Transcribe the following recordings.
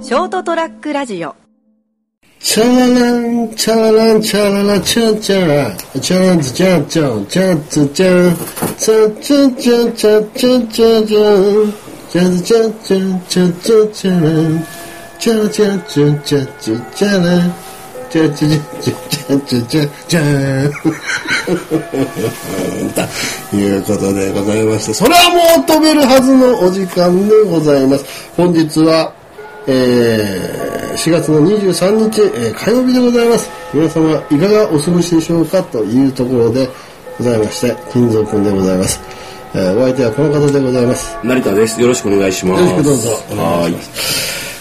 ショートトラックラジオチャララン、チャララン、チャララ、チャチャラ、チャランズ、チャチャ、チャツチャ、チャチャチャチャチャチャチャ、チャズチャチャチャチャチャラ、チャチャチャチャチャチャラ、チャチャチャチャチャチャチャということでございまして、それはもう飛べるはずのお時間でございます。本日は、えー4月の23日、えー火曜日でございます。皆様、いかがお過ごしでしょうかというところでございまして、金蔵君でございます。えーお相手はこの方でございます。成田です。よろしくお願いします。よろしくどうぞおは願いしーいま。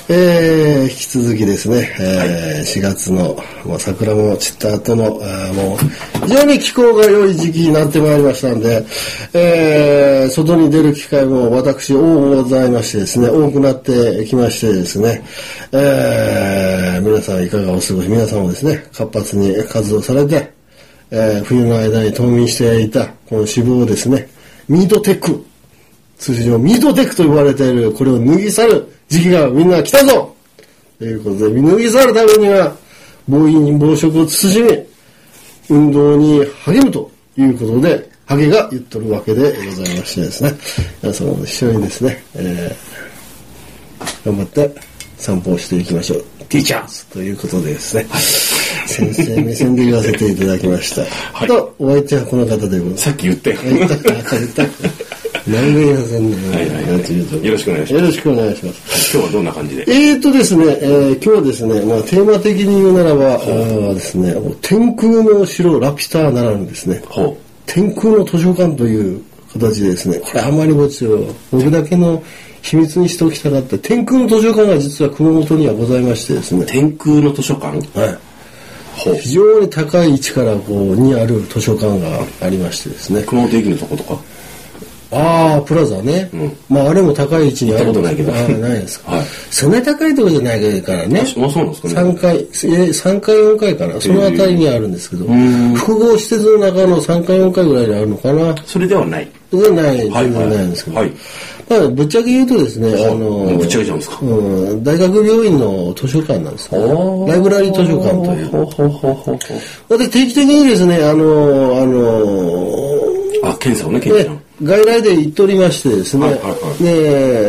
えー引き続きですね、えー4月の、まあ、桜も散った後の、あーもう、非常に気候が良い時期になってまいりましたんで、えー外に出る機会も私、多くございましてですね、多くなってきましてですね、えー皆さんいかがお過ごし、皆さんもですね、活発に活動されて、えー冬の間に冬眠していた、この渋をですね、ミートテック、通常ミートテックと呼ばれているこれを脱ぎ去る時期がみんな来たぞということで脱ぎ去るためには暴飲暴食を慎み運動に励むということでハゲが言っとるわけでございましてですね皆様も一緒にですね、えー頑張って散歩をしていきましょうティーチャーズということでですね先生目線で言わせていただきました、いとお相手はこの方でございますさっき言ったよ。言った言った 何も言いませんね。はいはいはいとうとでよろしくお願いしよますろしくお願いします。今日はどんな感じでえーとですね、えー今日はですね、まあ、テーマ的に言うならば、あーですね、天空の城ラピュタならぬですね、ほう天空の図書館という形でですね、これあまりぼちを僕だけの秘密にしておきたかった、天空の図書館が実は熊本にはございましてですね、天空の図書館はい、ほう非常に高い位置からこうにある図書館がありましてですね、熊本駅のとことか。ああ、プラザね。んまあ、あれも高い位置にある行ったことないけどあーないですか。 はいそんな高いところじゃないからねあ。そうなんですかね3階、え3階、4階かな。その辺りにあるんですけど、ん複合施設の中の3階、4階ぐらいにあるのかな。それではない。じゃない、全はい然ないんですけど。はいまあ、ぶっちゃけ言うとですね、あのぶっちゃけちゃうんですかうん、大学病院の図書館なんですけどライブラリー図書館という。ほうほうほうほうほう私定期的にですね、あの、あの、あ、検査をね、検査での。外来で行っておりましてですね、はいはいはい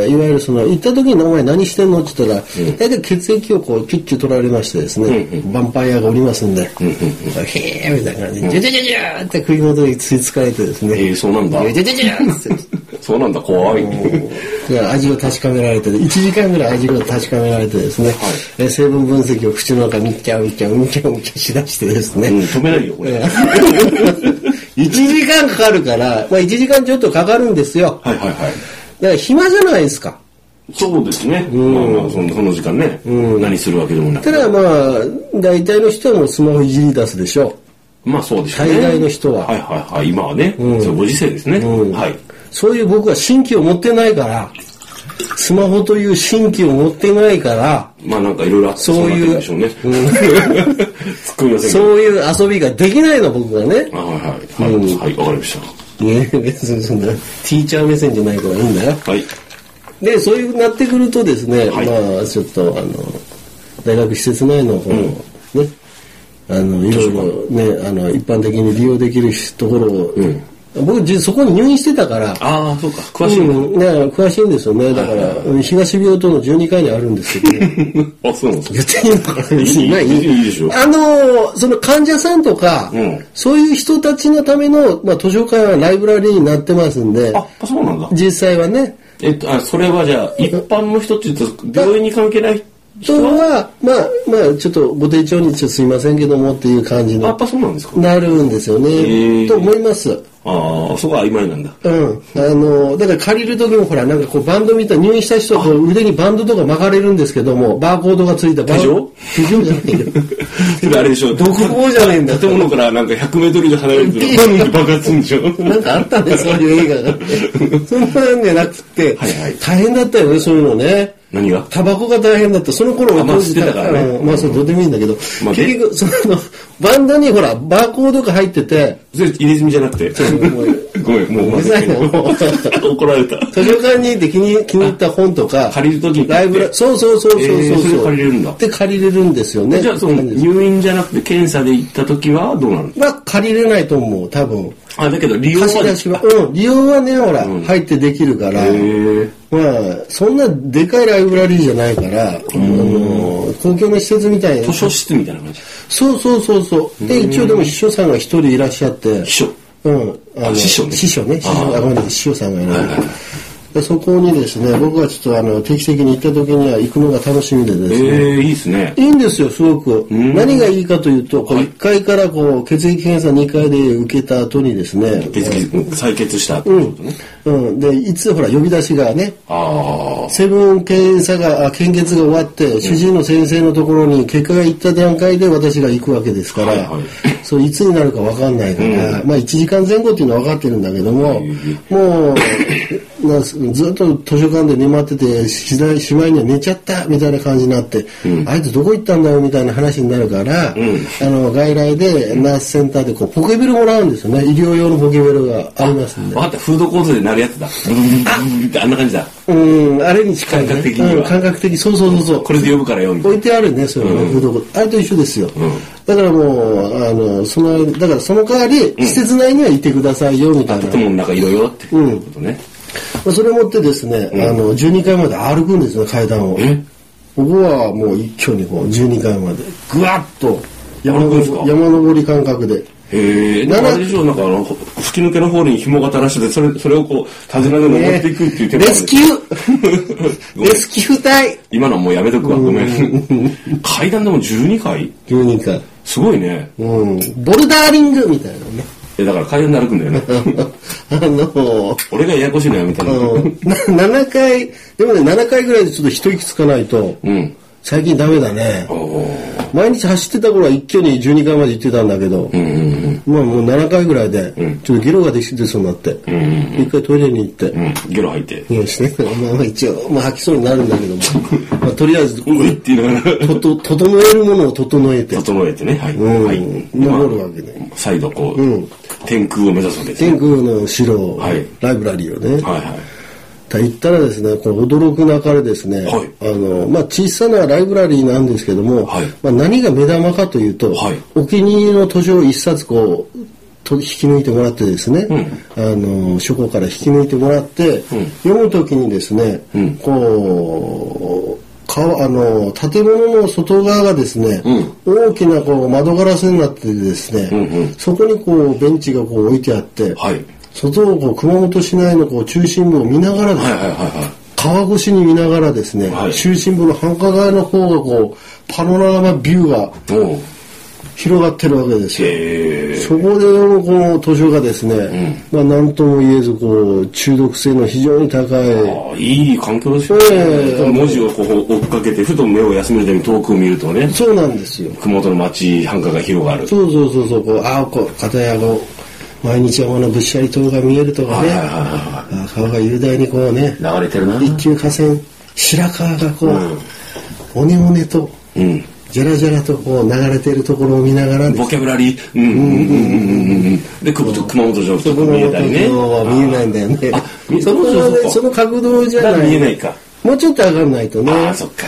でいわゆるその行った時に「お前何してんの?」って言ったら、大体血液をこうキュッキュ取られましてですね、ヴァンパイアがおりますんで「へえ」みたいな感じで「ジュジュジュジュ」って首元についつかれてですえねー、そうなん「ジだ。ュジュジュジュ」って そうなんだ、怖い。で味を確かめられて1時間ぐらい味を確かめられてですね、え成分分析を口の中にっちゃうみっちゃうみっちゃうみっちゃうしだしてですね、うん、止めないよ、これ。はい 1時間かかるから、まあ、1時間ちょっとかかるんですよはいはい。だから暇じゃないですか。そうですね。まあまあ、そのその時間ね。何するわけでもなたく。だまあ、大体の人はもうスマホいじり出すでしょまあそうでしょうね。大概の人ははいはいはい。今はね、そうご時世ですね。う。はい。。そういう僕は新規を持ってないから、スマホという新規を持ってないから、まあなんかいろいろあってそういうなってるんでしょうね。突っ込みませんけそど。ういう遊びができないの僕はね。あはいはい。はい、はい、わかりましね別にそんな、ティーチャー目線じゃないからいいんだよ。た。はい。で、そういうなってくるとですね、はいまあ、ちょっと、あの、大学施設内の、この、ね、あの、いろいろね、あの、一般的に利用できるところを、ん僕、実そこに入院してたから、ああ、そうか。詳しいな。うん、だから詳しいんですよね。だから、東病棟の12階にあるんです けど、言あ、そうなんですか。っていいのかないいないいいいでしょうあのー、その患者さんとか、うんそういう人たちのための、まあ、図書館はライブラリーになってますんで、あ、そうなんだ。実際はね、えっと、あ、それはじゃあ、一般の人って言うと、病院に関係ない人人は、は、まあ、まあ、ちょっとご丁重にちょっとすいませんけどもっていう感じあやっの、ぱそうなんですか。なるんですよへね、ーと思います。ああ、そこは曖昧なんだ。うん、あのだから借りる時もほらなんかこうバンドみたい入院した人はこう腕にバンドとか巻かれるんですけどもバーコードがついたバン手錠手錠じゃない よそれあれでしょ。独房じゃねえんだ建物からなんか100メートル以上離れると、バンって爆発するんでしょ。なんかあったねそういう映画があってそんなんじゃなくて、はいはい大変だったよねそういうのね何がタバコが大変だったその頃はあまあ当時吸ってたからねうんまあそれどうでもいいんだけど、まあね 結局そのバンドにほらバーコードが入っててそれ入れ墨じゃなくて。ごめん、もう、ごめんなさいねも 怒られた。図書館にで気に気に入った本とか、借りる時にライブラそうそうそうそうそう、えーそれで借りれるんだで、借りれるんですよね。じゃあ、その、入院じゃなくて検査で行った時はどうなのまあ、借りれないと思う、多分。あ、だけど利用は貸し出しは、うん、利用はね、ほら、入ってできるから、へーまあ、そんなでかいライブラリーじゃないから、あの、公共の施設みたいな図。書室みたいな感じ。そうそうそうそう。で、一応でも秘書さんが一人いらっしゃって、秘書。うん、あの師匠ね師匠ね。師匠、ああごめんなさい、師匠さんがいはないいはい。でそこにですね、僕はちょっとあの定期的に行った時には行くのが楽しみでですね、ええ、いいですね。いいんですよ、すごく。何がいいかというと、こう1階からこう血液検査2階で受けた後にですね、手続き、採血したってことね。うん、で、いつほら呼び出しがね、ああ。セブン検査が、あ献血が終わって、主治医の先生のところに結果が行った段階で私が行くわけですから、はいはいそういつになるか分かんないから、まあ1時間前後っていうのは分かってるんだけども、もう、なんすずっと図書館で眠ってて、しないしまいには寝ちゃったみたいな感じになって、あいつどこ行ったんだよみたいな話になるから、あの外来でナースセンターでこうポケベルもらうんですよね。医療用のポケベルがありますんで分。かった、フードコートでなるやつだ。ブンブンブンブンってあんな感じだ。うん、あれに近い、ね。感覚的にはうん感覚的、そうそうそうそう。これで呼ぶからよ、みたい置いてあるね、それはね、フードコートあれと一緒ですよ。だからもう、あの、その、だからその代わり、施設内にはいてくださいよ、みたいな。な。建物の中いろいろっていうことね。まあそれ持ってですね、あの、12階まで歩くんですね、階段を。えここはもう一挙にこう、12階まで、ぐわっと山歩くん登ですかり、山登り感覚で。へえ、なんかあれでしょ、なんかあの、吹き抜けのホールに紐が垂らしてて、それ、それをこう、手綱で登っていくっていう手レスキュューレスキュー隊今のはもうやめとくわ、ごめん。階段でも12階 !12 階。すごいね。うん。ボルダーリングみたいなね。 え、だから階段で歩くんだよね。あの、俺がややこしいのやめたあの。のな7回、でもね、7回ぐらいでちょっと一息つかないと、うん。最近ダメだね。おー毎日走ってた頃は一挙に12回まで行ってたんだけど、うんうんうん。まあもう7回ぐらいで、ちょっとゲロができてそうになって、一回トイレに行って、うん、ゲロ吐いて。うん、して、まあまあ一応、まあ吐きそうになるんだけども、まあとりあえず、ういって言いながら、とと、整えるものを整えて、整えてね、はい。んはい。登るわけねまあ再度こう、天空を目指すわけですね。天空の城を、はいライブラリーをね、はいはい。と言ったらですね、これ驚くなかれですね、はいあの、まあ、小さなライブラリーなんですけども、はいまあ、何が目玉かというと、はいお気に入りの図書を一冊こう、と引き抜いてもらってですね、あの書庫から引き抜いてもらって、読むときにですね、こうかあの建物の外側がですね、大きなこう窓ガラスになっててですね、そこにこうベンチがこう置いてあって、はい。外をこう熊本市内のこう中心部を見ながらですはいね、はいはいは川越しに見ながらですね、はい中心部の繁華街の方がこうパノラマビューがい。おう。広がってるわけですよ。えそこでのこの図書がですね、まあ何とも言えずこう中毒性の非常に高い、ー、ああいい環境ですよええね。文字をこう追っかけて、ふと目を休めるために遠くを見るとね、そうなんですよ。熊本の街、繁華が広がる。そうそうそうそうこうああこう片やこう毎日山のぶっしゃり塔が見えるとかね、はいはいはいはああ川が雄大にこうね流れてるな。一級河川白川がこう、おねおねとうん。じゃらじゃらとこう流れてるところを見ながらですボキャブラリー、うんうんうんうんうんうんうん。で、熊本熊本城そとこかの見えたりね。は見えないんだよねあ見えそこはそうかそうねかその角度じあゃまなだい見えないか。もうちょっと上がらないとねああ、そっか。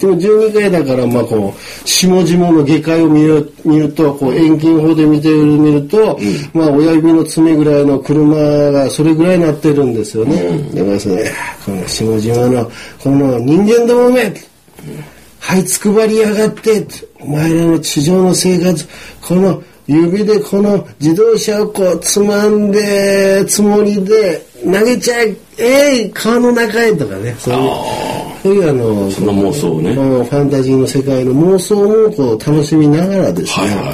でも12階だからまあこう下々の下界を見る見るとこう遠近法で見てみると、まあ親指の爪ぐらいの車がそれぐらいになってるんですよね、だからそれこの下々のこの人間どもめはいつくばりやがってお前らの地上の生活この指でこの自動車をこうつまんでつもりで投げちゃええい川の中へとかねそういうそういうあのそんな妄想をね。こはいのファンタジーの世界の妄想もこう楽しみながらですはね、いはい。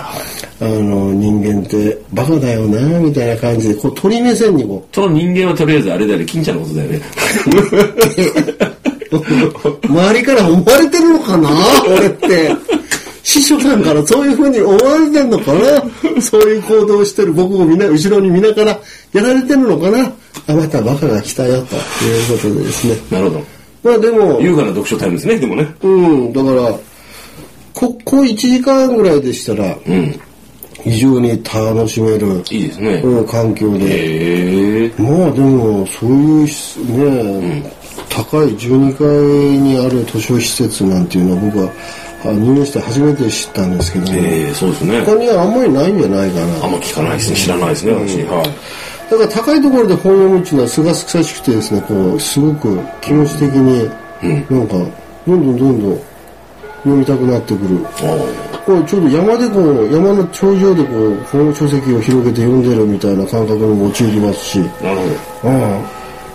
あの人間ってバカだよなみたいな感じでこう鳥目線にこその人間はとりあえずあれだよね、金ちゃんのことだよね。う周りから思われてるのかな俺って師匠さんからそういうふうに思われてんのかなそういう行動をしてる僕をみんな後ろに見ながらやられてるのかなあまたバカが来たよということでですねなるほど。まあでも優雅な読書タイムですね、でもね。うんだからここ1時間ぐらいでしたらうん。非常に楽しめる、いいですね。うん環境で。へえ。まあでも、そういうしね、高い12階にある図書施設なんていうのは僕はあ入園して初めて知ったんですけども、ええ、そうですね。他にはあんまりないんじゃないかな。あんま聞かないですね。知らないですね、私。はい。だから高いところで本読むっていうのはすがすがしくてですねこうすごく気持ち的になんかどんどんどんどん読みたくなってくるあこれちょうど山でこう山の頂上でこう本書籍を広げて読んでるみたいな感覚にも陥りますしあ、なるほど。あ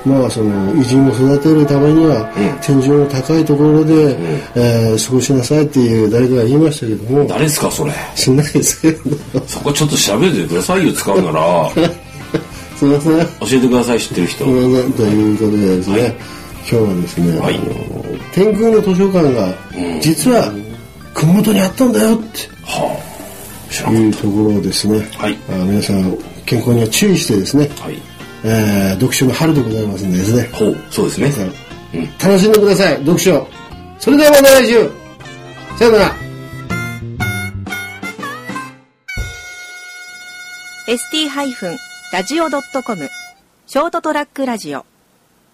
あまあその偉人を育てるためには天井の高いところで、えー過ごしなさいっていう誰かが言いましたけども誰ですか、それ。しないですけどそこちょっと調べてくださいよ、使うなら。 すいません教えてください、知ってる人。ということでですね、今日はですね、はいあの天空の図書館が実は熊本にあったんだよっはあ。知らてんいうところをですね、はいあ皆さん健康には注意してですね、はい。えー読書の春でございますんでですね、ほう、そうですね。皆さん楽しんでください読書それではまた来週さよなら ST-radio.com ショートトラックラジオ